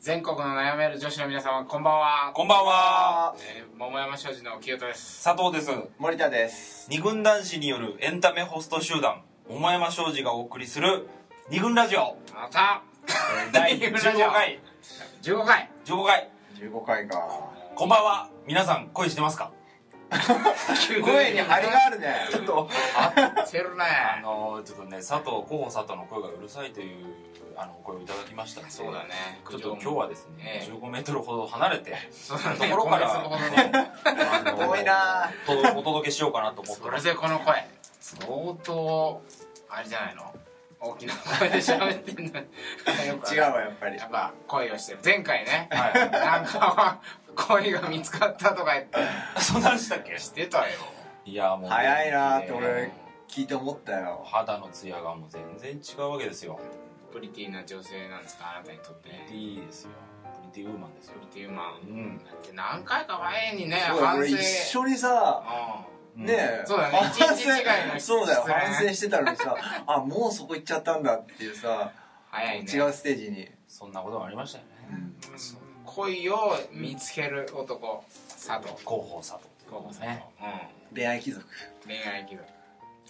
全国の悩める女子の皆様、こんばんは。こんばんは。えー桃山商事の清田です。佐藤です。森田です。二軍男子によるエンタメホスト集団、桃山商事がお送りする二軍ラジオ。また、えー第二軍ラジオ15回、 15回。 15回、 15回が。こんばんは。皆さん、恋してますか声に張りがあるね。ちょっと。してるね。あのー、ちょっとね、佐藤、候補佐藤の声がうるさいという、あの、お声をいただきましたんでそうだねちょっと今日はですねえ、え15メートルほど離れて、そうだねところから、こんなやつのほどのあのー遠いなとお届けしようかなと思ってそまれす。でこの声、相当、あれじゃないの大きな声で喋ってんの。違うわ、やっぱりや。っぱ恋をしてる前回ね、はいなんか恋が見つかったとか言ってそんなんでしたっけしてたよいや、もう。早いなーってね俺、聞いて思ったよ。肌のツヤがもう全然違うわけですよ。プリティな女性なんですかあなたにとってプいいですよ。プリティウーマンですよ。リティウーマンうん。だって何回か前にねそうだ、反省俺一緒にさ、うんねえ。そうだね反省一日違いのそうだよ、失恋反省してたのにさ、あ、もうそこ行っちゃったんだっていうさ、早いね違うステージに。そんなこともありましたよね。うん恋を見つける男佐藤広報佐藤という高ことで校す生ね。う恋愛貴族。ん恋愛気分とい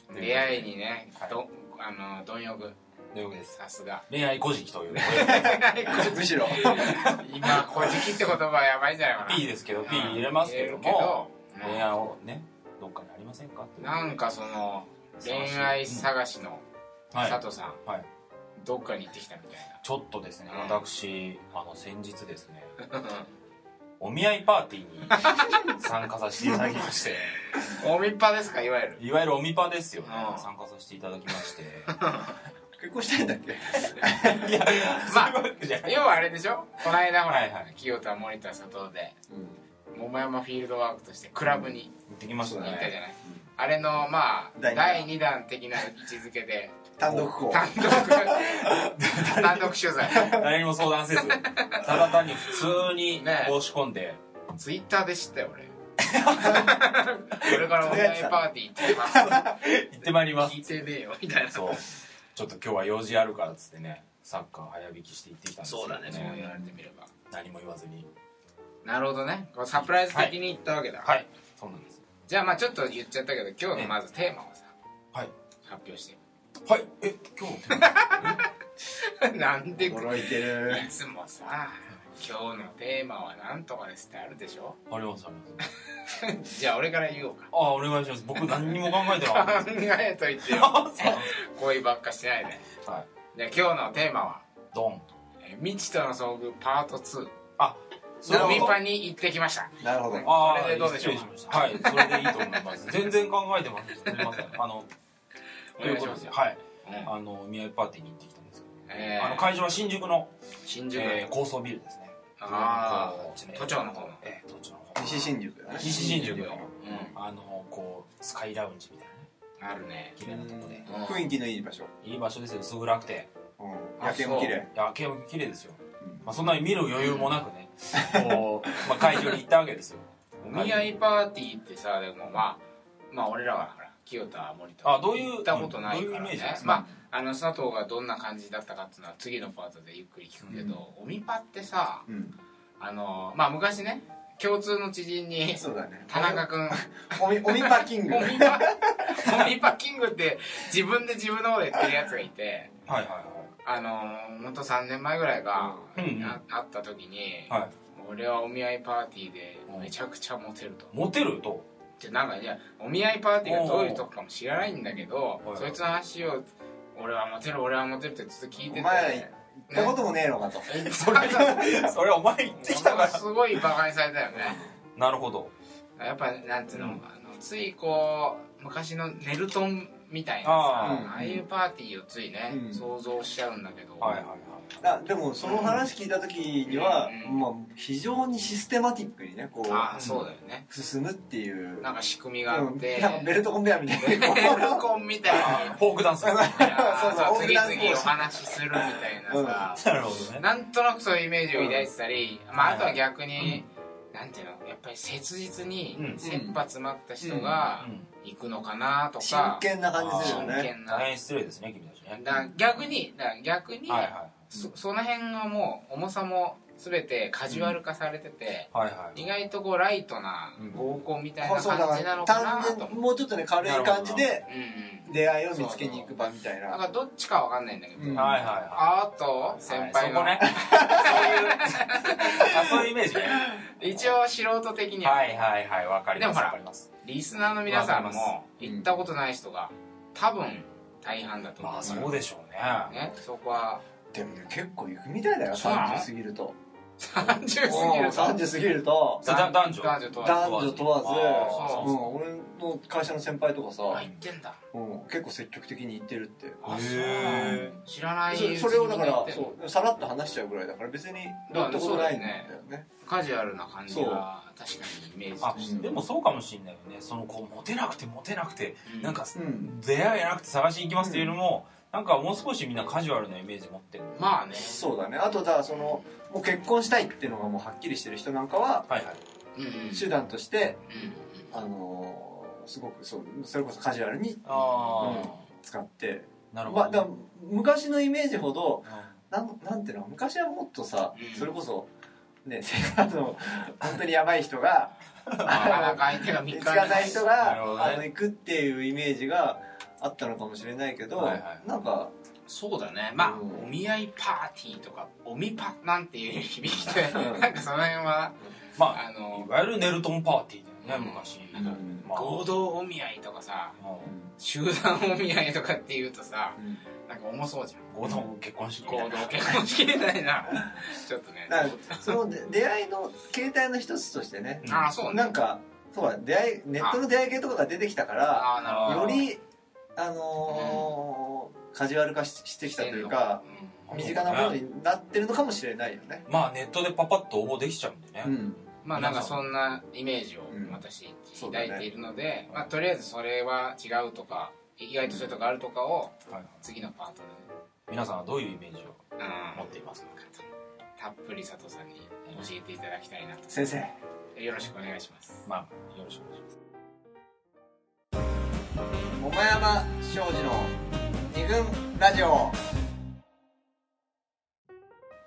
うことで出会いにねはいどあの貪欲というわけです。さすが 恋愛古事記 という。むしろ。今「こじき」って言葉はやばいんじゃないかな P ですけど、P 入れますけど入も、れるけど恋愛をね、どっかにありませんかっていうなんかその恋愛探しのはい佐藤さん、はい。どっかに行ってきたみたいちょっとですね、私、あの、先日ですね、な お見合いパーティーに 参加させていただきまして、おみっぱですかいわゆるいわゆるおみパですよねう、ん参加さ せていただきまして。結婚したいんだっけいや、まあ そういうわけじゃない要はあれでしょこの間ほら、はいはい清田森田佐藤で桃山フィールドワークとしてクラブに行ってきましそたう行だっねたじゃない、んあれのまあ第二弾第2弾的な位置づけで単独校。単独単独取材誰にも相談 せず、ただ単に普通にね申し込んで、ツイッターで知ったよ俺これからお見合いパーティー行ってきます行ってまいります聞。いてねえよみたいなそう。ちょっと今日は用事あるからっつってね、サッカー早引きして行ってきたんですけどそう言われてみれば何も言わずに。なるほどねこうサプライズ的に行ったわけだ、はい。そうなんです。じゃあまあちょっと言っちゃったけど今日のまずテーマをさはい。発表してはい。え、今日のテーマよなんでい驚いてる。つもさ今日のテーマはなんとかですってあるでしょありますあります。じゃあ俺から言おうかあ、お願いします。僕何に も考えてな かった考えといてよあそうなんです 恋ばっかしないでか。はい。じゃあ今日のテーマはドン。えー「未知との遭遇パート2」あ、そのはミパに行ってきましたなるほど。あーこれでどうでしょう失礼またはい。それでいいと思います。全然考えてます。すみません。あの、お願いしますということでよ、はい。うんあの、お見合いパーティーに行ってきたんですけど、えーあの、会場は新宿の、新宿、えー、高層ビルですね。あこあう都庁の方のええ都庁の方西新宿だね。西新宿のうあのこうスカイラウンジみたいなねんあるね綺麗なとこでうん雰囲気のいい場所。いい場所ですよ薄暗くてうんあ夜景も綺そ麗。夜景も綺麗ですよ、うんまあ、そんなに見る余裕もな くね、こう、まあ、会場に行ったわけですよお見合いパーティーってさでもまあまあ俺らはほら清田森田あどういう行ったことないどういかうらイメーねジですかまああの佐藤がどんな感じだったかっていうのは次のパートでゆっくり聞くけど、おみぱってさうん。あのまあ昔ね共通の知人にそうだね。田中君おみ、おみパキングお。みぱおみぱキングって自分で自分の方で言ってるやつがいてはいはいあの本当3年前ぐらいが、うんうんあ会った時に、はいはい俺はお見合いパーティーでめちゃくちゃモテると。モテるとでなんかいやお見合いパーティーがどういうとこかも知らないんだけどおうそいつの話を俺はモテる俺はモテるってずっと聞いててお前ら行ったこともねえのかと。え それが それお前行ってきたかすらごいバカにされたよねなるほどやっぱなんていうの,、うんあのついこう昔のネルトンみたいなさあーああいうパーティーをついね、うん想像しちゃうんだけど、はいはいはいあでもその話聞いた時には、うんまあ、非常にシステマティックにねこあうあそうだよね進むっていうなんか仕組みがあっうて、んなんかベルトコンベアみたいベなルコンみたいに あフォークダンスなあーそうそうそうオン次ライン々お話しするみたいなさ、るほどねなんとなくそういうイメージを抱いてたり、まあ、あとは逆に、はいはいなんていうのやっぱり切実にうん切羽詰まった人がうん行くのかなと真か、剣な感じするよ真ねな大変失礼ですね君たちねだから逆にだから逆に、はいはそその辺がもう重さも全てカジュアル化されてて、はいはい意外とこうライトなうん合コンみたいあなそうだ感じかならのかな単と純思うもうちょっとね軽い感じでうんうん出会いを見つけに行く場みたいなんなかどっちかわかんないんだけど、うんはいはいはアート先い輩その、こねそういうあそういうイメージね一応素人的には、はいはいはいわかりまですもほらわかりますリスナーの皆さんわかりまも行ったことない人が多分大半だと思う、まあそうでしょうねねそこはでもね結構行くみたいだよそうなの30過ぎると30過ぎうんると30過ぎるとそうだ男女男女とは男女問わあず、ーうん、俺の会社の先輩とかさ、あ行ってんだうん、結構積極的に言ってるってあへそう知らないそれそれをだからうちに行ってそうさらっと話しちゃうぐらいだから別にどうってことないんだよねカジュアルな感じが確かにイメージあとしてでもそうかもしれないよねそのこうモテなくてモテなくてうなんかうん出会いなくて探しに行きますというよりもなんかもう少しみんなカジュアルなイメージ持ってるまあねそうだねあとだからそのもう結婚したいっていうのがもうはっきりしてる人なんかははいはいうんうんうん手段として、うんあのーすごくそうそれこそカジュアルにあ使って、あなるほまあ、どだから昔のイメージほどうんなんなんていうの昔はもっとさ、うんそれこそね あの本当にやばい人がなかなか相手が見見つつかかららなないい人なるほどねが、あの行くっていうイメージがあったのかもしれないけど、はいはいなんかそうだねまあうんお見合いパーティーとかおみパなんていう響きでうん なんかその辺はまああのいわゆるネルトンパーティーだよねうん昔なんかまあ合同お見合いとかさうん集団お見合いとかっていうとさなんか重そうじゃん合同結婚式みた合 いな同結婚式みたいなちょっとねなんかその出出会いの形態の一つとしてね、ああそうねなんかそうだ出会いネットの出会い系とかが出てきたからああなるほどーよりあのーカジュアル化ししてきたというか、うん身近なものになってるのかもしれないよね。まあネットでパパッと応募できちゃうんでね、うんまあなんかそんなイメージをうん私そうだ抱ねいているので、まあとりあえずそれは違うとか意外とそういうとこあるとかをはいはい次のパート皆さんはどういうイメージで、をうん持っていますかたっぷり佐藤さんに教えていただきたいなと先生よろしくお願いしますまあよろしくお願いします桃山庄司の二軍ラジオ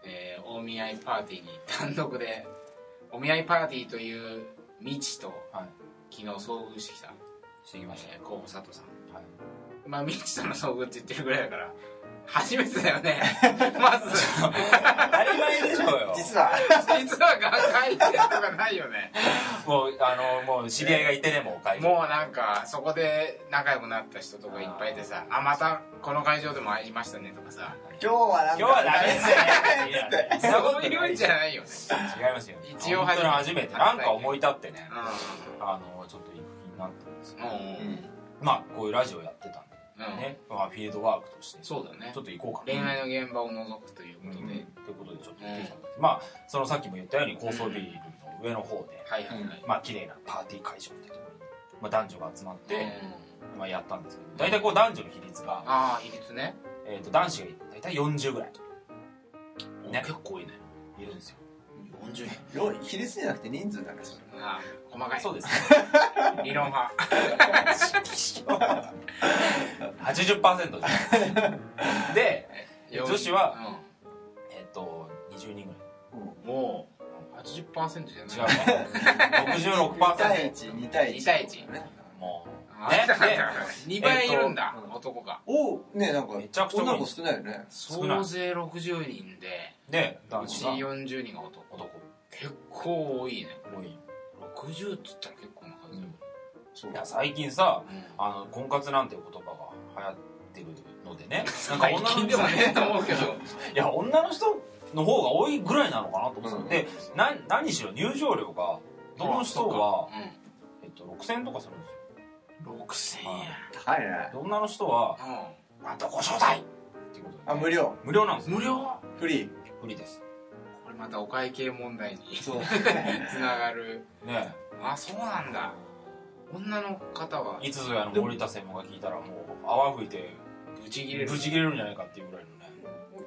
えーお見合いパーティーに単独でお見合いパーティーという未知とはい昨日遭遇してきた、してきましたえー候補佐藤さんはいまあ未知との遭遇って言ってるぐらいだから初めてだよねまず当たり前でしょうよ 実は実は学会ってとかないよねもうあのもう知り合いがいてねもう会社もうなんかそこで仲良くなった人とかいっぱいいてさ「あまたこの会場でも会いましたね」とかさ今日はなんか今日はダメですねそういうんじゃいないよね違いますよ一応本初め当にて初めてなんか思い立ってねうあのちょっと行く気になったんですけどんうんうんまあこういうラジオやってたんでうんね、まあ、フィールドワークとしてちょそうだねっと行こうかな恋愛の現場を覗くということで、ということでちょっと行ってきたんですけどまあそのさっきも言ったように高層ビルの上の方で、はいはいはい、まあ綺麗なパーティー会場みたいなところに、まあ、男女が集まっで、て、まあ、やったんですけど大体こう男女の比率が、ああ比率ねえー、と男子が大体40ぐらいね結構多いねいるんですよ40人よ比率じゃなくて人数だねそれああ細かいそうです理論派80%じゃんで、女子は、えっと20人うん、ぐもう80%じゃないらい違うか2 66%対1 2対1 2対1ねもうねね2で倍いるんだ、えっとうん男がおねなんかめちゃくちゃ多い女の子少ないよね少ない総勢60人ででう男ち子が40人が男男結構多いね多いい60っつったら結構な数だよ、そうや最近さうんあの婚活なんていう言葉が流行ってるのでねなんか最女の近で人もはねねえと思うけどいや女の人の方が多いぐらいなのかなと思ってた、うんでな何しろ入場料がどの人は、えっと、6000円とかするんですようん、6000高いねで女の人は円、 「あんたご招待!」っていうことで、あ無料無料なんですうん、よ無料フリ無理ですこれまたお会計問題に ーそう つながるねあそうなんだ女の方はえいつぞやの森田専務が聞いたらもう泡吹いてブチ切れるブチ切れるんじゃないかっていうぐらいのね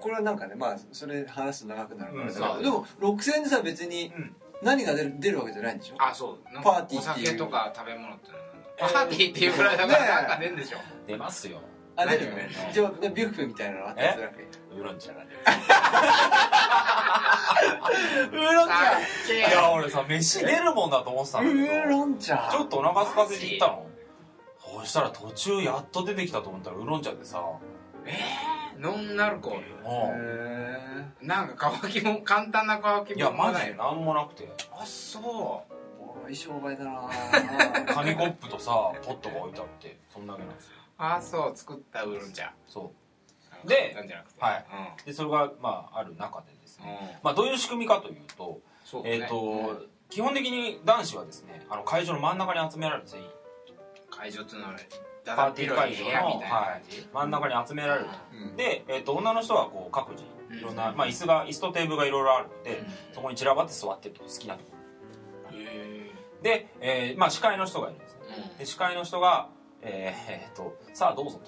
これはなんかねまあそれ話すと長くなるからうんだけどそうでも6000円でさ別にうん何が出る出るわけじゃないんでしょあそうなんパかーティーおっていう酒とか食べ物ってのはなんだパーティーっていうぐらいだからねえなんか出んでしょ、出ますよあ、大丈何を夫。じゃあ、ビュッフェみたいなのあったやつだけ。ウーロン茶がね ウーロあっン茶けいや俺さ飯出るもんだと思ってたウんだけーどロン茶ちょっとお腹空かせて行ったのそしたら途中やっと出てきたと思ったらウーロン茶でさもノンアルコールうへなんか乾きも簡単な乾きもいやマジないで何もなくてあそうーおい商売だな 紙コッ プとさポットが置いてあってそんだけなんですよあそう作ったウーロン茶そででなんじゃなくてうはいうんでそれがまあある中でですうねんまあどういう仕組みかというとそうねえっと基本的に男子はですねあの会場の真ん中に集められて全員会場っていうのはだだっ広い部屋みたいな感じ真ん中に集められるで、えっと女の人はこう各自いろんな、うんまあ、椅子が椅子とテーブルがいろいろあるのうんで、そこに散らばって座ってると好きなところへで、えーまあ、司会の人がいるんですねーうんで司会の人が「えーえーっとさあどうぞ」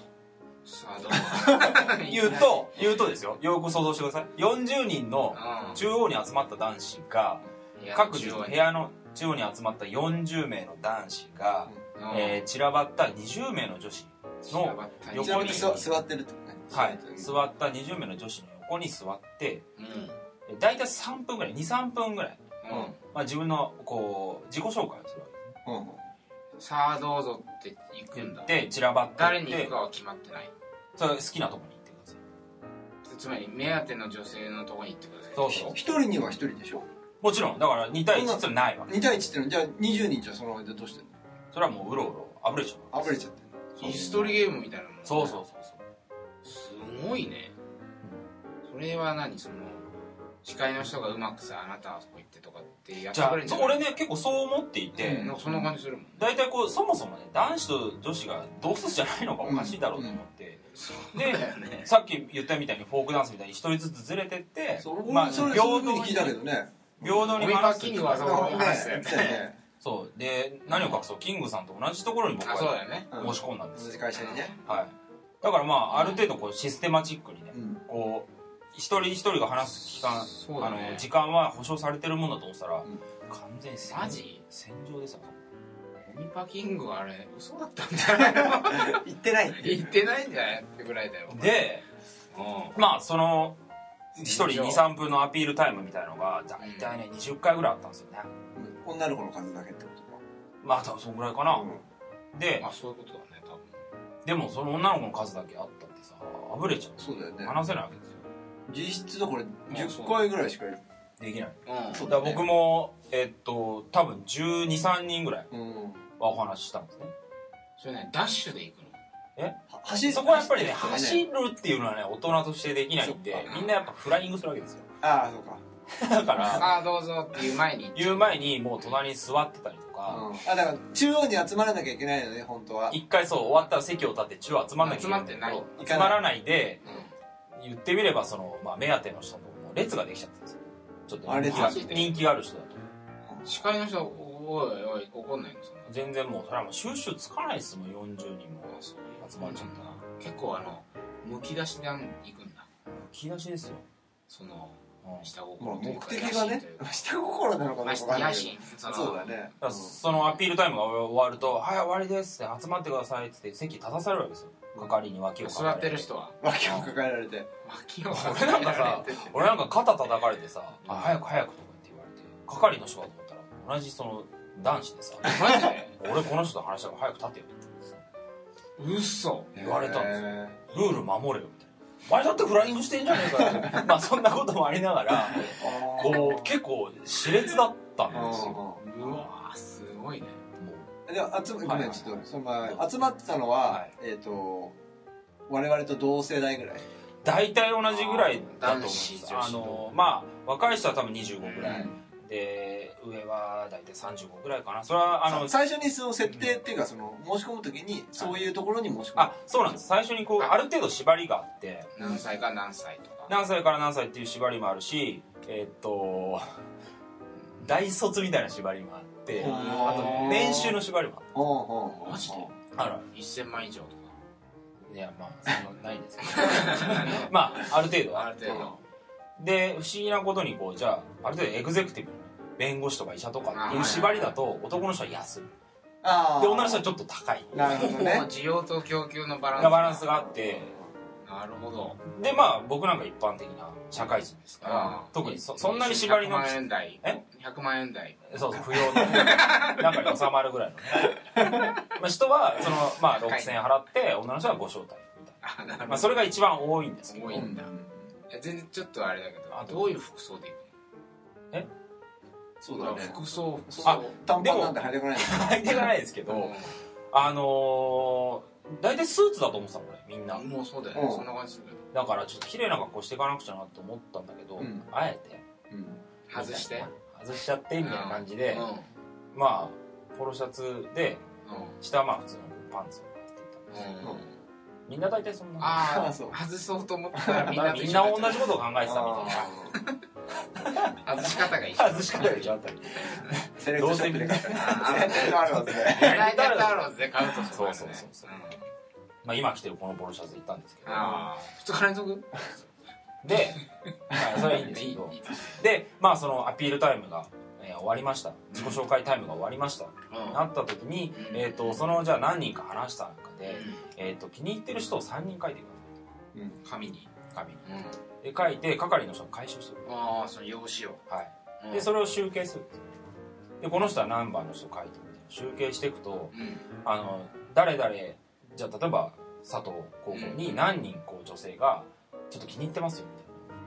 さあどうとも言うと言うとですよよく想像してください40人のうん中央に集まった男子が各自部屋の中央に集まった40名の男子が、のえー散らばった20名の女子の、ち横なにみに座座ってるってことねはい、座っ座った20名の女子の横に座ってうんえ大体3分ぐらい23分ぐらい、うんまあ、自分のこう自己紹介をするわけてるうんさあどうぞって行くん言だって散らばって誰っにて行くかは決まってないそれ好きなとこに行ってくださいつまり目当ての女性のとこに行ってくださいそうそう一人には一人でしょもちろんだから2対1ってのはないわけ2対1ってのはじゃあ20人じゃあその間どうしてんのそれはもううろうろあぶれちゃうあぶれちゃって椅子取りゲームみたいなのそうそうそうそうすごいねそれは何その司会の人がうまくさあなたはそこ行ってとかってやってじゃくあれるんじそゃうない俺ね結構そう思っていて、うんなんかそんな感じするもん大体こうそもそもね男子と女子が同数じゃないのがおかしいだろうと思って、そうでだよねさっき言ったみたいにフォークダンスみたいに一人ずつずれてってそれまあ俺それ平そういう等ふうにに聞いたけどね平等に話す俺がキングはそう思いますねねそうで何を隠そうキングさんと同じところに 僕あそうはだよねうん申し込んだんで同すよじ会社にねはい、だからまあある程度こうシステマチックにね うんこう一人一人が話す期間、そうだあのね時間は保証されてるもんだと思ったら、ん完全に戦マジ戦場ですよミパキングはあれ嘘だったんじゃないの行ってないって言ってないんじゃないってぐらいだよでうんまあその1人戦場23分のアピールタイムみたいのが大体ね20回ぐらいあったんですよね女の子の数だけってことかまあ多分そんぐらいかな、でまあそういうことだね多分でもその女の子の数だけあったってさあぶれちゃうそうだよね話せないわけですよ実質だこれそ10う回ぐらいしかいるできないうんそうだから僕もえっと多分1 2 3人ぐらいうんはお話ししたんですねそれねダッシュで行くのは走るそこはやっぱりね走走るるっていうのはね大人としてできないんそでっかみんなやっぱフライングするわけですよああそうかだからさあどうぞっていう前に言う前にもう隣に座ってたりとかうんあだから中央に集まらなきゃいけないのね本当は一回そう終わったら席を立って中央集まんなきゃいけないんだけ集どまってない集まらないでうん言ってみればそのまあ目当ての人の列ができちゃったんですよちょっと人気があれ列人気がある人だと司会の人おいおい怒んないのそんな全然もうそれはもう収集つかないっすもん40人も集まっちゃったら結構あのむき出しであん行くんだむき出しですよそのうん下まあ心という目か的が野心ねというか下心なのかどうかまあわかんな野いけ心そどのそうだねだからそのアピールタイムが終わると「はい終わりです」って「集まってください」ってって席立たされるわけですよ係員に脇を座ってる人人はわけを抱えられて脇を俺なんかさ俺なんか肩叩かれてさ「うんあ早く早く」とかって言われて係の人かと思ったら同じその男子でさ「マジで俺この人と話したから早く立てよ」って嘘言われたんですよへ「ルール守れよ」みたいな「お前だってフライングしてんじゃねえか よ」まあそんなこともありながらーあーこう結構熾烈だったんですよもうんううんわすごいねで集まごはいめはんいちょっとその前集まってたのは、はいえっ、と我々と同世代ぐらいう大体同じぐらいだと思うんで男す子あ女子のまあ若い人は多分25ぐらい、うんで上は大体35ぐらいかなそれはあのさ最初にその設定っていうかその申し込むときにそういうところに申し込む、あそうなんです最初にこうある程度縛りがあって何歳か何歳とか何歳から何歳っていう縛りもあるしえーっと大卒みたいな縛りもあってほうあと年収の縛りもあっおうおうおうマジでてあ1000万以上とかるいやまあそんなないですけど まあある程度あはる程度で不思議なことにこうじゃあある程度エグゼクティブに弁護士とか医者とかっていう縛りだと男の人は安いあーで女の人はちょっと高いなるほどもうね需要と供給のバランスバランスがあってなるほどでまあ僕なんか一般的な社会人ですからあー特にそそんなに縛りの100万円台え100万円台そうそう 不要の中に収まるぐらいのねまあ人はその、まあ、6000円払って女の人はご招待みたいあなるな、ほまあ、どそれが一番多いんですけど多いんだえ全然ちょっとあれだけどあどういう服装で行くそうだね服装服装あ短パンなんて入れてこないんだ履いてかないですけど、あのー、大体スーツだと思ってたの俺みんなうんもうそうだよねうんそんな感じするけどだからちょっと綺麗な格好していかなくちゃなと思ったんだけど、うんあえて外して外しちゃってみたいな感じで、うんうんまあポロシャツで下はまあ普通のパンツを履いていたんですけど、うんみんな大体そんなああそう外そうと思ったらみみんんななと み一ん緒なに同じことを考えてたみたいな外し方が一緒外しかないじゃんセレクトショップで買ったあ絶対あるわ絶ーライダータローズで買うとだねそうそうそうそうんまあ今着てるこのポロシャツ行ったんですけどああ2日連続で、まあ、それ はいいんですけどでまあそのアピールタイムが、えー終わりました自己紹介タイムが終わりました、なった時に、えー、とそのじゃあ何人か話した中で、えー、と気に入ってる人を3人書いてく紙にださい紙にうんで書いて係の人が回収するああその用紙をはいうんでそれを集計するんですよでこの人は何番の人を書いてる集計していくとうんあの誰々じゃあ例えば佐藤候補に何人こう女性がちょっと気に入ってますよみたい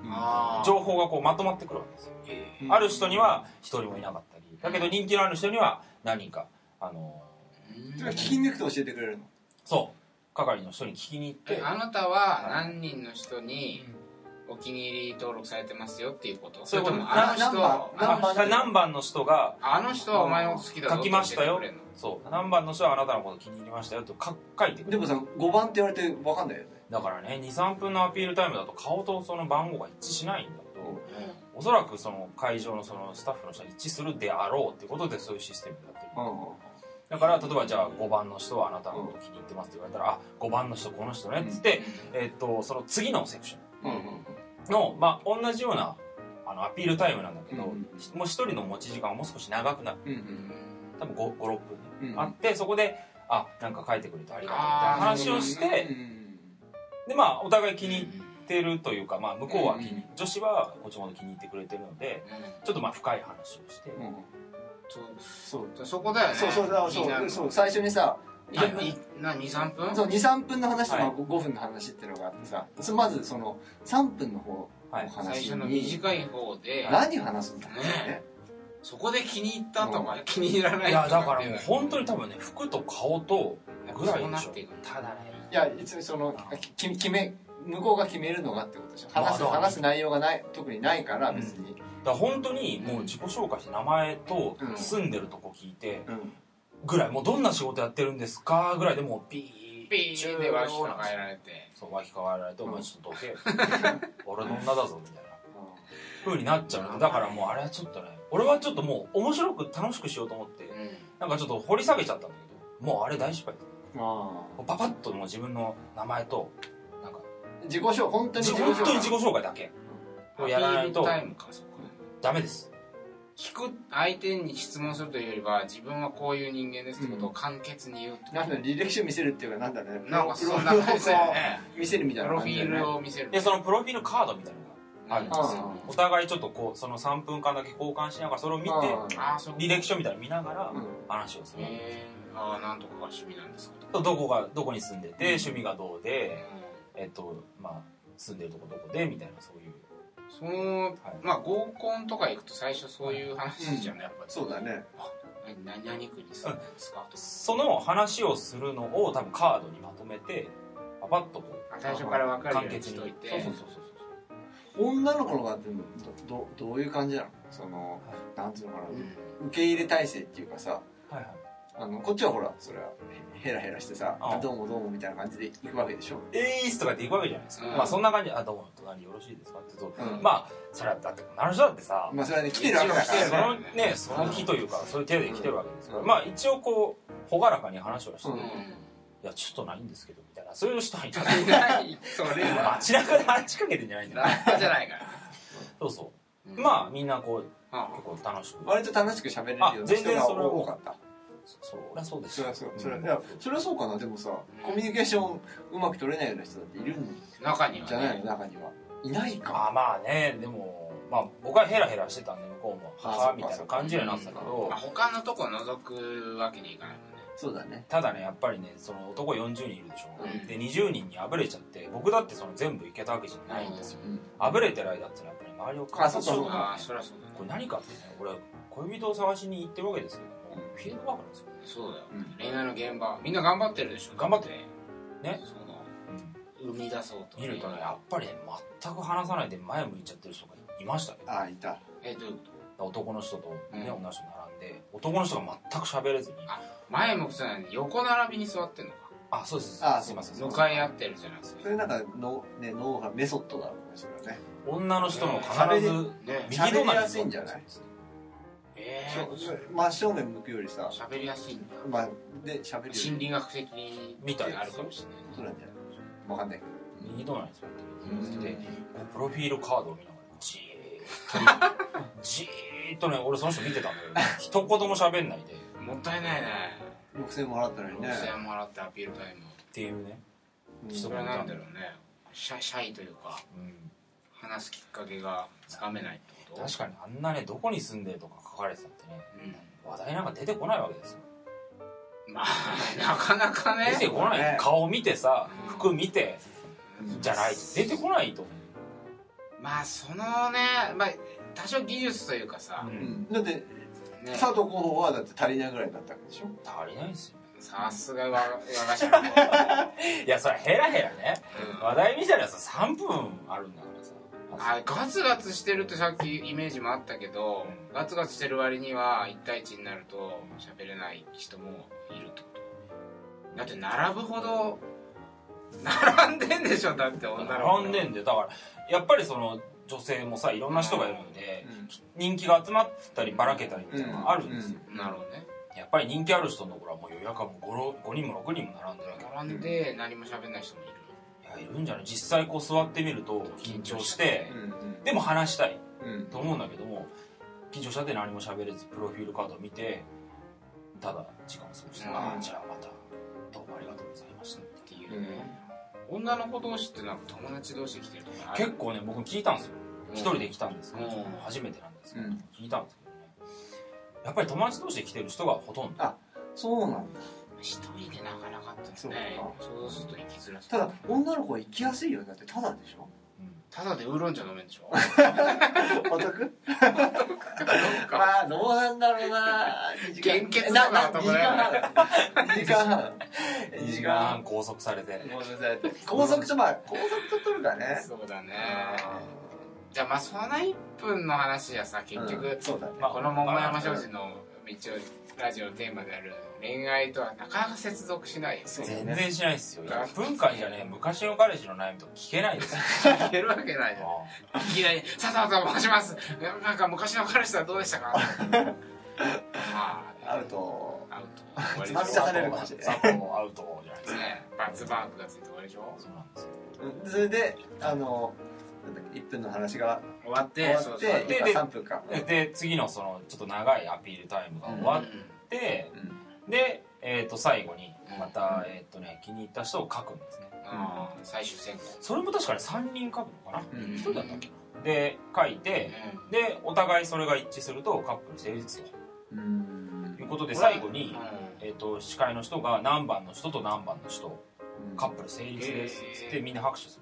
あなあ情報がこうまとまってくるわけですよえうんある人には一人もいなかったりだけど人気のある人には何人かあのー対聞きに行くと教えてくれるのそう係の人に聞きに行ってえあなたは何人の人にお気に入り登録されてますよっていうことそういうことれともあの人なああの何番何番の人があの人はお前を好きだぞ書きましたっよて言ってそう何番の人はあなたのこと気に入りましたよと書書いてくでるもさ5番って言われて分かんないよねだからね23分のアピールタイムだと顔とその番号が一致しないんだけどくれるのおそらくその会場のそのスタッフの人は一致するであろうってことでそういうシステムになってるだから例えばじゃあ5番の人はあなたのこと気に入ってますって言われたら、あ5番の人この人ねっつって、えっとその次のセクシうんうんョンのまあ同じようなあのアピールタイムなんだけど、うんもう一人の持ち時間はもう少し長くなるうんううんん多分56分、うんうんあってそこであなんか書いてくれてありがとうみたいあな話をして、うんでまあお互い気に入ってるというか、まあ、向こうは気に、うんうん女子はこっちのこと気に入ってくれてるのでうんちょっとまあ深い話をして、うんうんそそううそこだよねそうそうだ気になそうるそう最初にさいやいな23分そう23分の話とはまいあ5分の話っていうのがあってさそまずその3分の方はいお話最初の短い方で何話すんだろうねそこで気に入ったとか気に入らないいとやだかっらてうものうは本当に多分ね服と顔とぐらいそうでなしっょていくただねいや別にそのき決め向こうが決めるのがってことでしょ話すまあ話す内容がない特にないから別に、だから本当にもう自己紹介して名前とうん住んでるとこ聞いてうんぐらいもうどんな仕事やってるんですかぐらいでもうピーピーンでわしと変えられてそう脇変えられてお前ちょっとどけよ俺の女だぞみたいなう風になっちゃうのだからもうあれはちょっとね俺はちょっともう面白く楽しくしようと思ってなんかちょっと掘り下げちゃったんだけどもうあれ大失敗んあもうパパッともう自分の名前となんかー自己紹本当にじ自己本当に自己紹紹介だけうんをやらないアとピールタイムかそこダメです聞く相手に質問するというよりは自分はこういう人間ですってことを簡潔に言うってことなんだ履歴書見せるっていうかなんだろうねなんかプロそんな感じだよねプロ見せるみプたいなロフ感じィーだよねルを見せるでそのプロフィールカードみたいなのがあるんですようお互いちょっとこうその3分間だけ交換しながらそれを見てああそう履歴書みたいなの見ながらうん話をする、えー、ああなんとかが趣味なんですかとかどこがどこに住んでて、趣味がどうで、うえっとまあ、住んでるとこどこでみたいなそういうんそのはいまあ合コンとか行くと最初そういう話じゃんやっぱりそうだね何何々区に住んでますかとかその話をするのを多分カードにまとめてパパッとこうあ最初から分かるよ簡うに潔しにといてそうそうそうそう女の子の方ってどどどういう感じなのそのなんつうのかな、受け入れ体制っていうかさはいはいあのこっちはほらそれはヘラヘラしてさああどうもどうもみたいな感じで行くわけでしょえーいっすとかって行くわけじゃないですか、うんまあそんな感じで「あどうも隣よろしいですか?」って言うと、うんまあそれはだってなる人だってさ、まあそれはね来てるわけだか一応来てらそるねのねその日というかそういう程度で来てるわけですから、うんまあ一応こう朗らかに話をして、うんいうんやちょっとないんですけどみたいなそういう人はいたない それは街中で話しかけてんじゃないんだよラッパじゃないからそうそうまあみみんなこうあ結構楽しく割と楽しく喋れるような人が多かったそそりゃそうですそよりゃそうそりゃうんいやそりゃそうかなでもさコミュニケーションうまく取れないような人だっているん中にはじゃないのね中にはいないまあかまあねでもまあ僕はヘラヘラしてたんで向こうもあ母そっかみたいな感じになってたけどまあ他のとこ覗くわけにいかないもんねそうだねただねやっぱりねその男40人いるでしょ、うんで20人にあぶれちゃって僕だってその全部いけたわけじゃないんですようんあぶれてる間ってのはやっぱり周りを観察しようと思ってああそりゃそうだねこれ何かってね俺恋人を探しに行ってるわけですけども、フィードバックなんですよそうだよ、うん恋愛の現場みんな頑張ってるでしょ頑張ってねねその生み出そうと見るとねやっぱりね全く話さないで前向いちゃってる人がいましたねああいたえどういうこと男の人とね、うん女の人並んで男の人が全く喋れずにあ前向くじゃないのに横並びに座ってんのかあそうですあすいませんそう向かい合ってるじゃなくそてれなんかのね脳がメソッドだろうねそれはね女の人も必ずね右隣に喋りやすいんじゃないえしょー真正面向くよりさ喋りやすいんだまあで喋るより心理学的みたいですあるかもしそうなんじゃないわかんないけど右隣に座ってれるんですなけいどプロフィールカードを見ながらじーっとじーっとね俺その人見てたんだけど一言も喋んないでっうんもったいないね6000円もらったのにね6000円もらってアピールタイムていうね、うんそれはなんだろうねシャシャイというか話すきっかけがつかめないってこと確かにあんなねどこに住んでるとか書かれてたってねう話題なんか出てこないわけですよんまあ なかなかね出てこない、ね顔見てさうん服見てじゃない出てこないと思まあそのね、まあ、多少技術というかさう、、ううんんだってね、佐藤候補はだって足りないぐらいだったわけでしょ足りないですよさす がわ和菓子屋いやそれヘラヘラねうん話題見たらさ3分あるんだからさあガツガツしてるってさっきイメージもあったけど、ガツガツしてる割には1対1になると喋れない人もいるってことだって並ぶほど並んでんでしょだって女の子並んでんでだからやっぱりその女性もさいろんな人がいるんでうん人気が集まったりばらけたりみたいなのがあるんですよ、なるほどねやっぱり人気ある人のところはもう予約はもう 5, 人も6人も並んでるわけ並んで何も喋んない人もいるいやいるんじゃない実際こう座ってみると緊張してうんうんでも話したいうんと思うんだけども緊張しちゃって何も喋れずプロフィールカードを見てただ時間を過ごして、うんああじゃあまたどうもありがとうございましたっていうね、女の子同士ってなんか友達同士来てるとかある結構ね僕聞いたんですよ一人で来たんですけど、うん初めてなんですけど、うん聞いたんですけどねやっぱり友達同士で来てる人がほとんどそうなんだ一人でなかなかってそうかね想像すると行きづらさただ女の子は行きやすいよねだってただでしょただでウーロン茶飲めんで しょお得なんか まあどうなんだろうな2献血とかは2得時だよ間半2時間半2 2時時間間半拘束されて半高速とまあ高速と取るからねそうだねじゃあまあその1分の話はさ結局、うんそうだねまあこの桃山商事の一応ラジオのテーマである恋愛とはなかなか接続しないよねそう全然しないっすようん1分間じゃね昔の彼氏の悩みとか聞けないですよいけるわけないじゃん いきなり「佐藤と申しますなんか昔の彼氏とはどうでした か? 」ああるとアウト終わりでしつまょみ 刺されるかもしれない佐藤アウトじゃないですかねバツマークがついて終わりでしょそうなんですようんそれであのなんだっけ1分の話が終わっ終てわそうっそうてで今3分かでで次のそのちょっと長いアピールタイムが終わって、うんで、えー、と最後にうんまた、えーとね、気に入った人を書くんですねあー最終選考それも確かに3人書くのかうな、ん一人だったっけなで書いてでお互いそれが一致するとカップル成立うんということでうん最後うにん、えー、と司会の人が何番の人と何番の人カップル成立ですへーつってみんな拍手す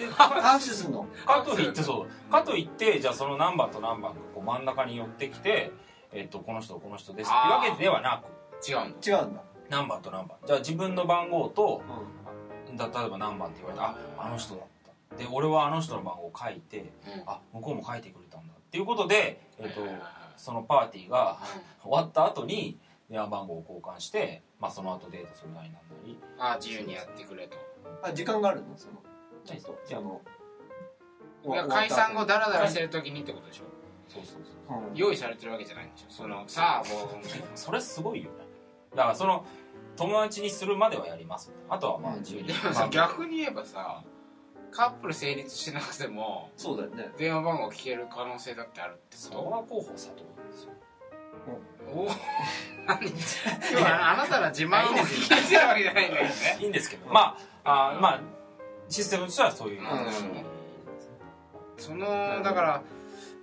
る 拍手すんのかといってそうかといってじゃあその何番と何番がこう真ん中に寄ってきて、えー、とこの人とこの人ですっていうわけではなく違うんだ違うんだ何番と何番じゃあ自分の番号とうだ例えば何番って言われてああの人だったで俺はあの人の番号を書いてあ向こうも書いてくれたんだっていうことで、えっとそのパーティーが終わった後に電話番号を交換して、まあ、その後デートするなりなんなりあ自由にやってくれとんあ時間があるのそのそうそうじゃあもういや解散後ダラダラしてる時にってことでしょそうそううん用意されてるわけじゃないんでしょそのさあもうそれすごいよねだからその友達にするまではやりますあとはまあうん自由に、でもまさあ逆に言えばさカップル成立してなくてもそうだよね電話番号聞ける可能性だってあるってそれこ は候補佐藤なんですよとお今日はあなたら自慢を聞いてるわけじゃないんだけどねいいんですけど、まあ、あーまあ、システムとしてはそういう。うんそのだから、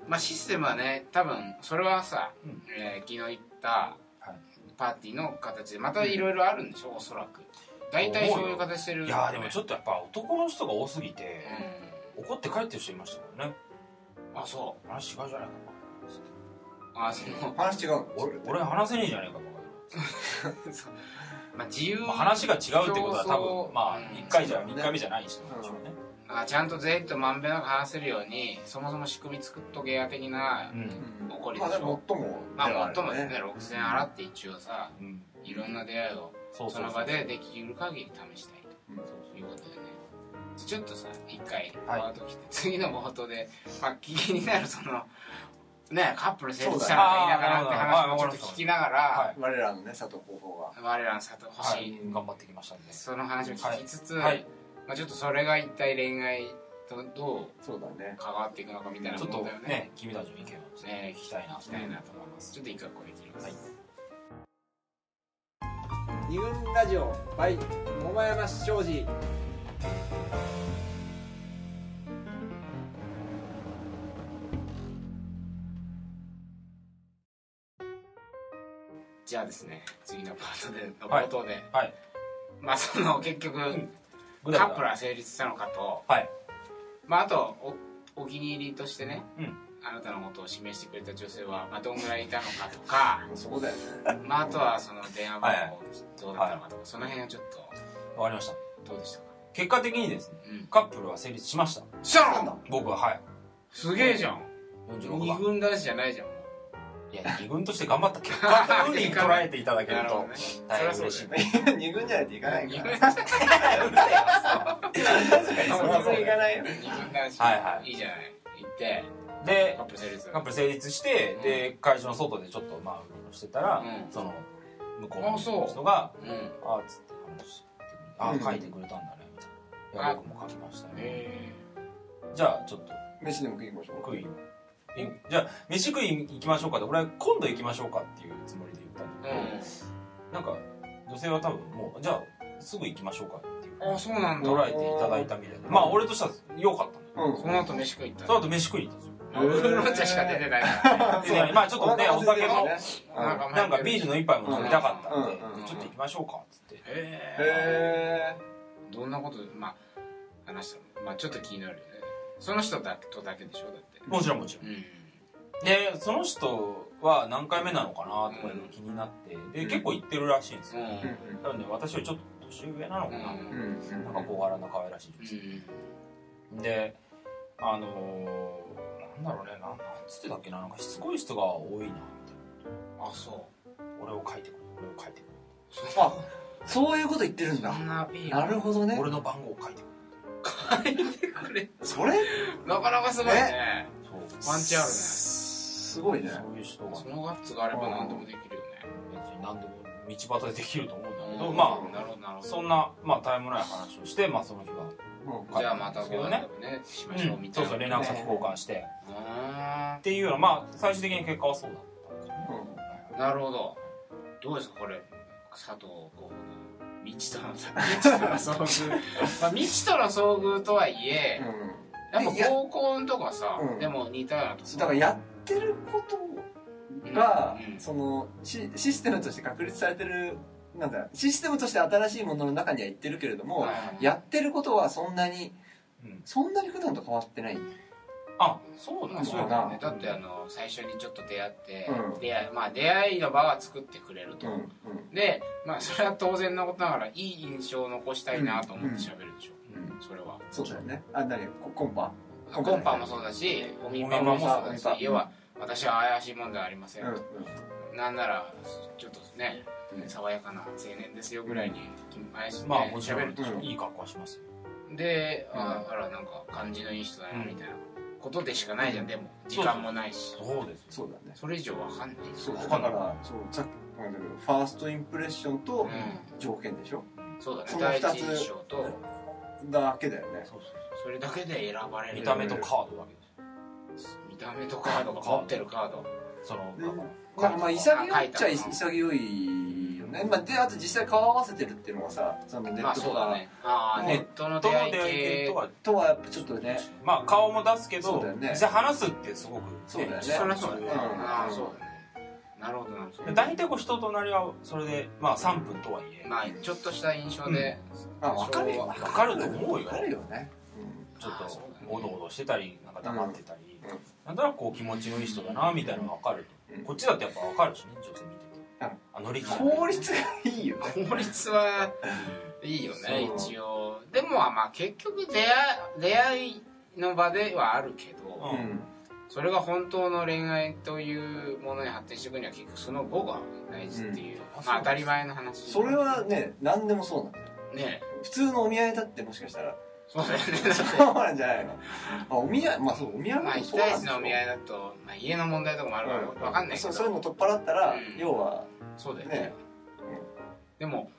まあ、システムはね多分それはさ、うんえー昨日行ったはいパーティーの形でまたいろいろあるんでしょ、うおそらく大体そういう形してるいやーでもちょっょっとやっぱ男の人が多すぎて、怒って帰ってる人いましたからね。あそう話違うじゃないか。あその、話違うの俺、俺話せねえじゃねえかとか。まあ、自由、まあ話が違うってことはそう多そう分、まあ、うん1回じゃ、1回目じゃない人なんでしょうね。あちゃんと全員とまんべんなく話せるようにそもそも仕組み作っとけや的なう、ん。怒りでましょあでも最もまではある最もよですね6000円払って一応さうん。いろんな出会いをそうそそうそう。の場でできる限り試したいうんということでねちょっとさ一回はいワード来て、次の冒頭で、まあ、気になるそのねカップル成立したのそうだがいいねなかなってあーなる話もほどちょっと聞きながら、は我らのね佐藤候補が我らの里は欲しい、い。頑張ってきましたんで。その話を聞きつつ、はいはいまあ、ちょっとそれが一体恋愛とどうそうだね関わっていくのかみたいなちょっと問題をねね、君たちの意見をね聞きたいな。聞きたいなと思いますちょっと一回これ切ります、はい二軍ラジオ by 桃山商事じゃあですね次のパートでの冒頭で、はい。まあその結局、んカップルは成立したのかと、はいまあ、あとおお気に入りとしてね、うんあなたのことを示してくれた女性は、まあ、どんぐらいいたのかとかそこだよねまああとはその電話はい番号どうだったのかとか、その辺をちょっわかりました。とどうでしたか、結果的にですね、うん、カップルは成立しました。したの僕は、はい。すげえじゃん46二番。軍男子じゃないじゃんもいや、二軍として頑張った結果というふうに捉えていただう けるねと、大変嬉しい。 二軍じゃないといかないからそそうもそもいかないよ二軍男子、、はいいはいいじゃない行ってでカッ、プル成立カップル成立して、で、会場の外でちょっと、まあ、うろうろしてたら、うんその、向こうあそうの人が、うんあーっつって話してあー、書いてくれたんだね、みたいな。あいや、僕も書きましたね。えじゃあ、ちょっと、飯でも食いに行きましょう 食い、えじゃあ、飯食い行きましょうかって、俺は今度行きましょうかっていうつもりで言ったんえだけど、なんか、女性は多分もう、じゃあ、すぐ行きましょうかっていう。うんあそうなんだ捉えていただいたみたいで。まあ、俺としては良かったんだよ。うんその後飯食い行ったそのの後飯食いに行ったんですよ。ウーロン茶しか出てないからねでねまあちょっとね、お酒も、なんかなんかビールの一杯も飲みたかったんでうんうんうん、ちょっと行きましょうか、っつっへて。へえどんなことまあ話したのまあちょっと気になるよねその人だけとだけでしょだってもちろんもちろん。うんで、その人は何回目なのかな、とかいうの気になって、で、結構行ってるらしいんですうよ。んなので、私よりちょっと年上なのかな。うんうんなんか小柄な可愛らしい女性。で、あのー、なんだろうね、なんなんつってたっけな、なんかしつこい人が多いな、みたいうんあそうな。俺を書いてくれ、俺を書いてくあそういうこと言ってるんだそんなアピールなるほどれ。ね俺の番号を書いてくこれそれなかなかすごいねれ。そう。ワンチャンあるねすごいねそういう人がそのガッツがあれば何でもできるよね別に何でも道端でできると思うんだけど、うんまなるほどなるあほどそんな、まあ、タイムない話をして、まあ、その日は、じゃあまたけどごねね、ねしましょううみんたそいうなそう連絡先交換して、うーっていうようなまあ最終的に結果はそうだったんですよね、んなるほどどうですかこれ佐藤候補の未知との未知 との遭遇まあ未知との遭遇とはいえうやっぱ高校のとこはさうんでも似たようなとんこだからやってることがうんそのシシステムとして確立されてるなんだシステムとして新しいものの中には言ってるけれどもはいやってることはそんなにうんそんなに普段と変わってないあそうなんそだそううだだなねだってあの最初にちょっと出会ってうん出会いまあ出会いの場は作ってくれるとでまあそれは当然のことながらいい印象を残したいなと思って喋るでしょうんそれはそうだよねあ何ココンパコンパもそうだしおみパもそうだしおみパ要は私は怪しいもんではありませんとうなんならちょっとねうん爽やかな青年ですよぐらいに愛してまあもちろ喋るとんいい格好はしますよでうんああらなんか感じのいい人だなうんみたいなことでしかないじゃんでも時間もないしそうですよそうだねそれ以上わかんないしそうだわかんなかいらそうさっきも言ったけどファーストインプレッションとう条件でしょんそうだそねの第二つ一印象とだけだよねそうそうそれだけで選ばれる見た目とカードだけです見た目とカードが持ってるカードそのでままああままああ潔いっち書ゃいたの潔いよね、まあ、であと実際顔合わせてるっていうのがさそのネまッあトそとうか、だねああネットの出どの会い出会い系系とはとはやっぱちょっとねまあ顔も出すけどそうだよね実際話すってすごくねそうだよねそりゃそうだねうんああそうだねなるほどなるほでど大体こう人となりはそれでまあ3分とはいえまあちょっとした印象でまあ分かるよわかると思うよ分かるよね、ちょっあーとそうだねおどおどしてたりなんか黙ってたりうんうんなんとなくこう気持ちのいい人だなみたいなのが分かるうんこっちだってやっぱ分かるしね女性見ててうあ乗り気うん、効率がいいよね法律はいいよねそう一応でもまあ結局出会い出会いの場ではあるけうどんそれが本当の恋愛というものに発展していくには結局その後が大事っていう、うんまあ当たり前の話それはね何でもそうなんだよね普通のお見合いだってもしかしたらそうだよねそうなんじゃないのあお見合いまあそうお見合いまあも一そうな対んで一すのよお見合いだと、まあ、家の問題とかもあるから分かんないけそどうそういうの取っ払ったら、うん要はそうだよねねでも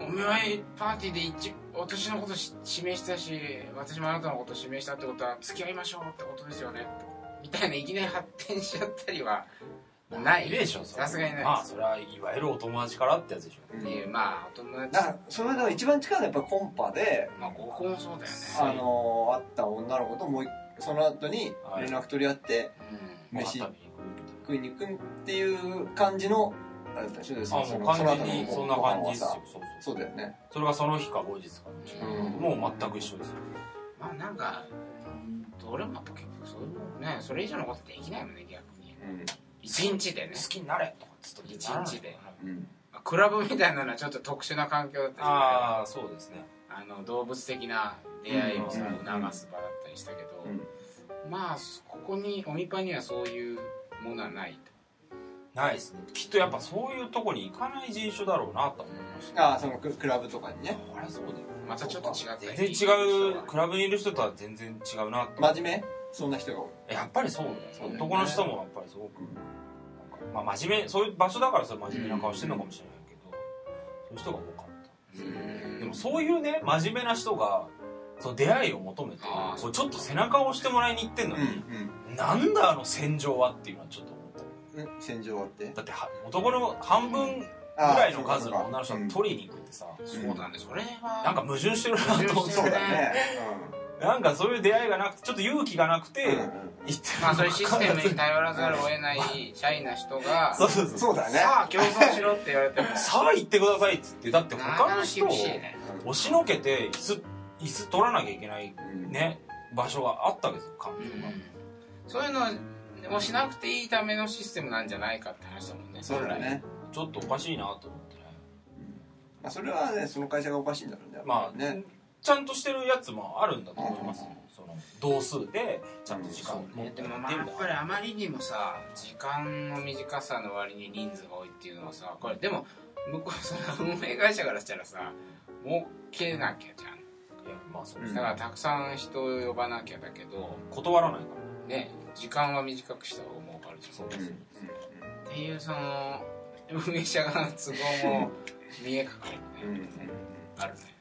おお見合いパーティーで一私のことし指名したし私もあなたのこと指名したってことは付き合いましょうってことですよねみたいないきなり発展しちゃったりはないでしょそれさすがにないまあそれはいわゆるお友達からってやつでしょっていうまあお友だ達からそれだから一番近いのはやっぱコンパで、まあ合コンもそうだよねあの会った女の子ともう一その後に連絡取り合ってご飯飯食べに行くみたいな食いに行くっていう感じのあれだったでしょそのあもうの完全にそんな感じですよご飯はそさうそうそうだよねそれがその日か後日かうんうんもう全く一緒ですよまあなんかどれもやっぱ結局そういうもんねそれ以上のことできないもんね逆に一日でね好きになれとかっつっと一日で、うんうんまあクラブみたいなのはちょっと特殊な環境だったりああそうですねあの動物的な出会いをさうん促す場だったりしたけど、うんまあここにおみぱにはそういうものはないないですねきっとやっぱそういうとこに行かない人種だろうなとと思、ああそのククラブとかにねうあれそうだよまたちょっと違った全然違うクラブにいる人とは全然違うな真面目そんな人が多いやっぱりそうだよそうだよね男の人もやっぱりすごくなんかまあ真面目そういう場所だからそう真面目な顔してるのかもしれないけどそういう人が多かっうんたでもそういうね真面目な人がそう出会いを求めてあーこうちょっと背中を押してもらいに行ってんのに、なんだあの戦場はっていうのはちょっと思ったうんうん戦場あってだっては男の半分ぐああらいの数の女の人そうをかそうか取りに行くってさそうだねそれはなんか矛盾してるなと思うっんてそうだねなんかそういう出会いがなくてちょっと勇気がなくてうんうん行っうんてるまあそういうシステムに頼らざるを得ないシャイな人がそうそうそうそうだねさあ競争しろって言われてもさあ行ってくださいっつってだってなかな他かの厳しい人をね押しのけて椅子椅子取らなきゃいけないうんね場所があったわけですよ環う境がんそういうのをしなくていいためのシステムなんじゃないかって話だもんねそうだねちょっとおかしいなと思ってねまあそれはねその会社がおかしいんだろうねまあねちゃんとしてるやつもあるんだと思いますよその同数でちゃんと時間を持っでてやもっまあてやみったいぱりあまりにもさ時間の短さの割に人数が多いっていうのはさこれでも向こうその運営会社からしたらさ儲けなきゃじゃやまあそうですんだねからたくさん人を呼ばなきゃだけど断らないからね時間は短くした方が儲かるじゃんうっんていうその運営者側の都合 も見え隠れうんうんねうんあるね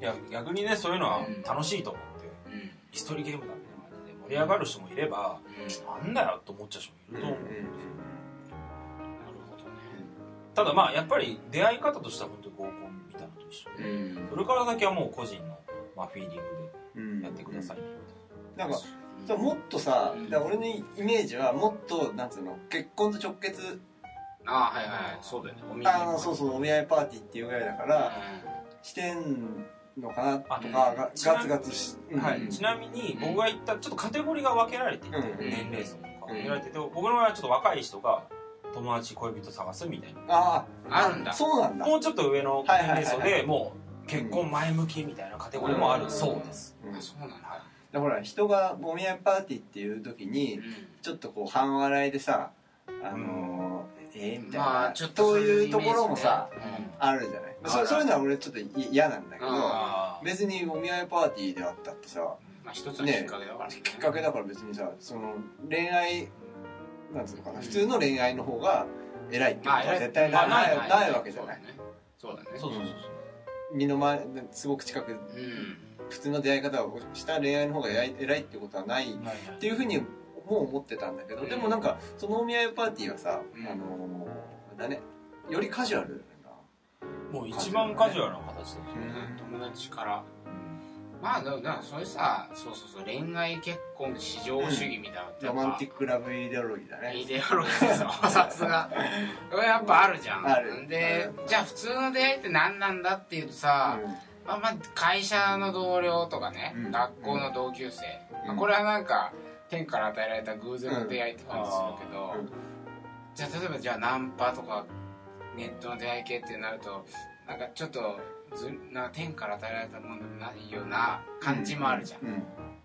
いや逆にねそういうのはうん楽しいと思ってうん一人ゲームだみたいな感じで盛り上がる人もいればうんなんだよと思っちゃう人もいると思う、なるほどねただまあやっぱり出会い方としては本当に合コンみたいなのと一緒で、うんそれから先はもう個人の、まあ、フィーリングうんうんでやってください、なんかそうもっとさうんだから俺のイメージはもっとなんつうの結婚と直結ああはいはいそうだよねお見合いあのそうそうお見合いパーティーっていうぐらいだからうしてんのかなとかあがちなガツガツしうんはいうんちなみに僕が言ったちょっとカテゴリーが分けられていて、うん年齢層とか分けられてて、僕の場合はちょっと若い人が友達恋人探すみたいなあんあるんだあそうなんだもうちょっと上の年齢層はいはいはでもう結婚前向きみたいなカテゴリーもあるそうです、うんあそうなんだだから人がお見合いパーティーっていう時にちょっとこう半笑いでさあのーえーみたいな、まあちょっとそそうういいううところもさイメージねあるじゃないあそるそういうのは俺ちょっとい嫌なんだけどああー別にお見合いパーティーであったってさまあ一つのきっかけだからねきっかけだから別にさその恋愛なんつうのかうなん普通の恋愛の方が偉いってことまあは絶対まなあいないないないわけじゃないそうだねそうそうそう身の前すごく近くうん普通の出会い方をした恋愛の方が偉い偉いってことはないそうっていうふうにも思ってたんだけど、でもなんかそのお見合いパーティーはさ、うんあのーだねよりカジュアルなもう一番カジュアルな形で友達からまあだからそういうさそうそうそう恋愛結婚至上主義みたいなのってやロっぱマンティックラブイデオロギーだねイデオロギー ですよさすがこれやっぱあるじゃんあるでじゃあ普通の出会いって何なんだっていうとさ、まあ、まあ会社の同僚とかね、うん学校の同級生、んまあこれはなんか天から与えられた偶然の出会いって感じするけど、うんうんじゃあ例えばじゃあナンパとかネットの出会い系ってなるとなんかちょっとずなんか天から与えられたものでもないような感じもあるじゃん、うん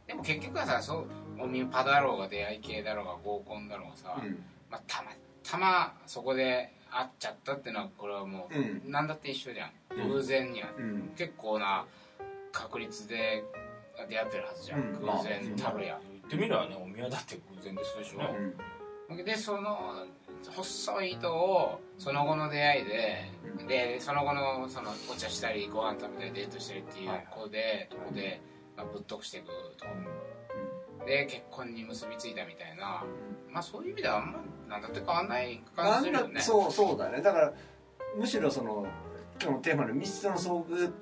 でも結局はさそうおみパだろうが出会い系だろうが合コンだろうがさ、うんまあ、たまたまそこで会っちゃったってのはこれはもう、うん何だって一緒じゃんうん偶然にはうん結構な確率で出会ってるはずじゃん、うん偶然まあたるや、言ってみればねお見合いだって偶然ですでしょ、うんでその細い糸をその後の出会いで、うんでその後のそのお茶したりご飯食べたりデートしたりっていうはい子で、とこで、まあ、ぶっとくしていくと、で結婚に結びついたみたいな、まあそういう意味ではあんま何だって変わんないな感じすんるだよねそうそうだねだからむしろその今日のテーマの未知との遭遇う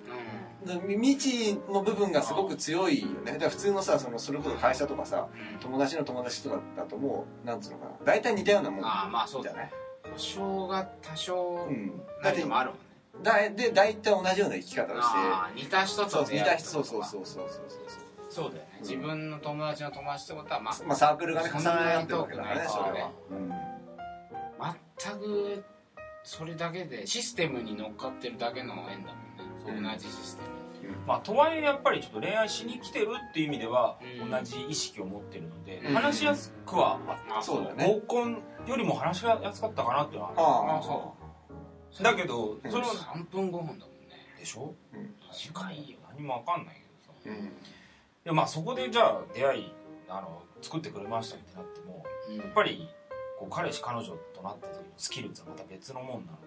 未知の部分がすごく強いよねだから普通のさそのそれこそ会社とかさん、うん友達の友達とかだともうなんつうのかな大体似たようなもんああまあそうじだゃねない保証が多少うんだなっいてのもあるもんね、だで大体同じような生き方をしてああ似た人そとう似出た会人そうそううそうそうそうそうそうそうだよね、自分の友達の友達ってことはままあサークルがねそ重んなになり合ってるわけだからね遠そくないれは、あ全くそれだけでシステムに乗っかってるだけの縁だもんね、そううん同じシステムまあ、とはいえやっぱりちょっと恋愛しに来てるっていう意味ではうん同じ意識を持ってるので、うん話しやすくはあっあそうだた、ね合コンよりも話しやすかったかなっていうのはあああそるだけどうそそれれはは3分5分だもんねでしょ短いよ何もわかんないけどさううんでまあそこでじゃあ出会いあの作ってくれましたってなってもうんやっぱりこう彼氏彼女となった時のスキルってのはまた別のもんなの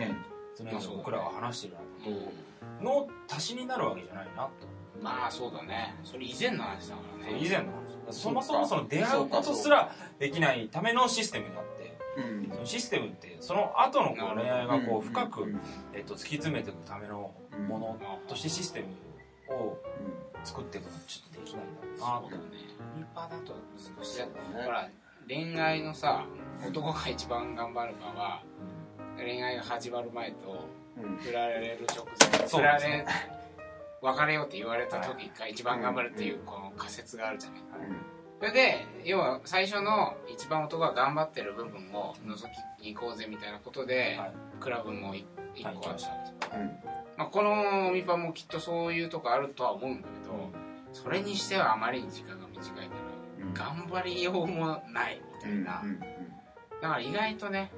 でねそのようにまあそうだね僕らが話してるようなこうとの足しになるわけじゃないなとんまあそうだねそれ以前の話だからね以前の話そもそもその出会うことすらできないためのシステムがあってうんそのシステムってその後のこう恋愛がこう深うくん、えっと、突き詰めていくためのものとしてシステムを作っていくのはちょっとできないんだろそううだなねリーパーだと難しいだってねほら恋愛のさ男が一番頑張るかは恋愛が始まる前とうん振られる直前そ振うらでれ、すね別れようって言われた時が一番頑張るっていうこの仮説があるじゃないうんそれで要は最初の一番男が頑張ってる部分を覗きに行こうぜみたいなことで、はいクラブもい一個あはいった行きんまでしすたまあ、このオミパもきっとそういうとこあるとは思うんだけど、それにしてはあまりに時間が短いから頑張りようもないみたいな、うんだから意外とね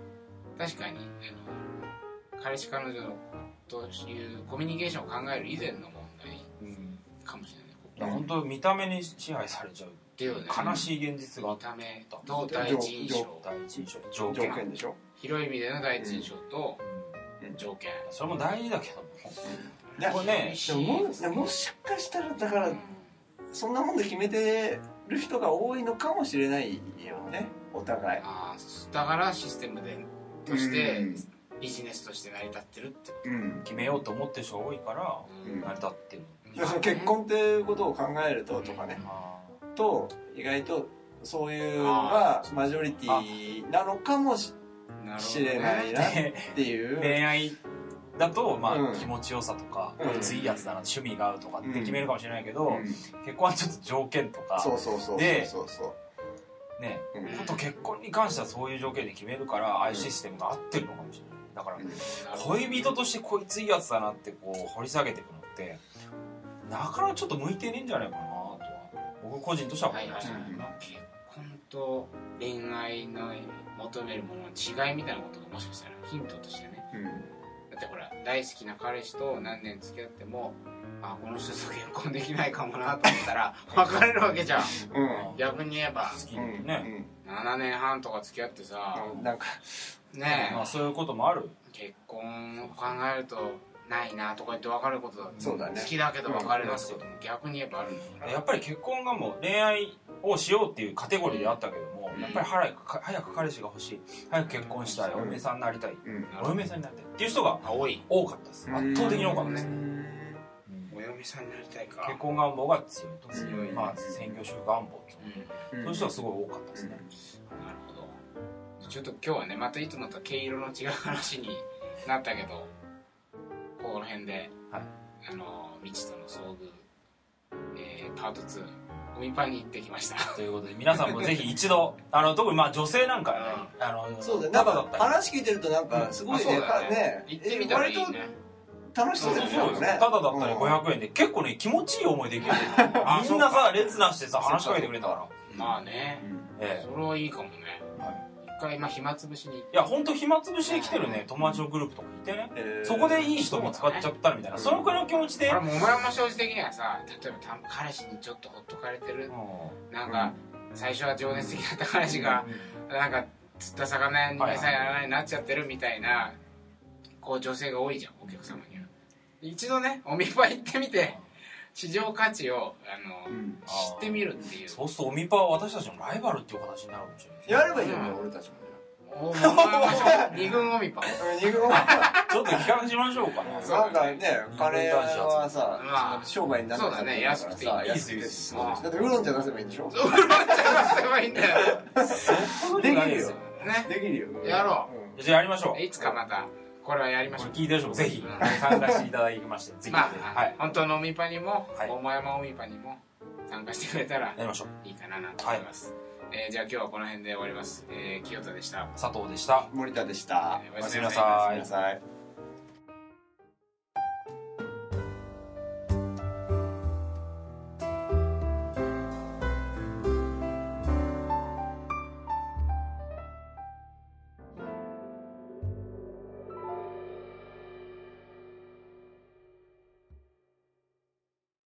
確かにあの彼氏彼女というコミュニケーションを考える以前の問題うんかもしれないだから本当見た目に支配されちゃうっていうね悲しい現実があ見ったた目と第一印象第一印象条条件件でしょ広い意味での第一印象とうん条件、それも大事だけどもでこれねでももでももしかしたらだからそんなもんで決めてる人が多いのかもしれないよねお互いああだからシステムでとして、うんビジネスとして成り立ってるってこうん決めようと思ってる人が多いからと、うん成り立ってるだからその結婚っていうことを考えるととかねあーと意外とそういうのがマジョリティなのかもしなるほどれないなっでていう恋愛だと、まあうん気持ちよさとか、うんこいついいやつだな趣味が合うとかって決めるかもしれないけど、うん結婚はちょっと条件とかそうそうそうそうでそうそねううんこと結婚に関してはそういう条件で決めるから、ああいうシステムが合ってるのかもしれないだから、なるほど恋人としてこいついいやつだなってこう掘り下げていくのってなかなかちょっと向いてねえんじゃないかなとは僕個人としては思いましたね、結婚と恋愛の求めるものの違いみたいなことがもしかしたらヒントとしてねうんだってほら大好きな彼氏と何年付き合ってもあこの人と結婚できないかもなと思ったら別れるわけじゃんうん逆に言えば好きうにんね、 7年半とか付き合ってさうんなんかねまあ、そういうこともあるえ結婚を考えるとないなとか言って別れることだってそうだね好きだけど別れるってことも逆に言えばあるんだからやっぱり結婚がもう恋愛をしようっていうカテゴリーであったけども、うんやっぱり早くか早く彼氏が欲しい早く結婚したい、うんお嫁さんになりたい、うんお嫁さんになりたいっていう人が青い多かったです圧倒的に多かったです、お嫁さんになりたいか結婚願望が強いと、強いまあ専業主婦願望と、うそういう人がすごい多かったですね、んなるほどちょっと今日はねまたいつもとは毛色の違う話になったけどこの辺で、はいあの未知との遭遇、えーパート2海パンに行ってきま したということで皆さんもぜひ一度あの特にまあ女性なんかはね、あのそうだよなパんパだかったり話聞いてるとなんかすごいあそうねだかよね行ってみたらいいね割と楽しそうですそうよそうねただだったりうん500円で結構ね気持ちいい思いできるあみそうんなかさ列なしてさ話しかけてくれたからまあね、えそれはいいかもねえはい一回まあ暇つぶしに行っていや本当暇つぶしで来てるね友達のグループとかいてねえーそこでいい人も使っちゃったらみたいなそのくらいの気持ちで俺もお前も正直的にはさ例えばた彼氏にちょっとほっとかれてるうなんか最初は情熱的だった彼氏がなんか釣った魚に餌やらないようになっちゃってるみたいなこう女性が多いじゃんお客様には一度ねお見場行ってみて市場価値をあうのん知ってみるっていんうそうするとオミパは私たちのライバルっていう形になるかもしれないやればいいよね俺たちもおお前は二軍おみぱ ねうんちょっと企画しましょうか ねそうなんかねカレーはまさあ商売になってそうだね安くていいさ安いいっすいいっすだってウーロン茶出せばいいんでしょそうなっちゃえばいいんだよできるよねできるよやろうんじゃあやりましょういつかまたこれはやりましこょれう聞いてる人もぜひ参加していただきましてぜひぜひまあ、はい本当の海パにも、はい大前山海パにも参加してくれたらやりましょういいかななんて思います、えーじゃあ今日はこの辺で終わります、えー、清田でした佐藤でした森田でしたえーおやすみなさいおやすみなさい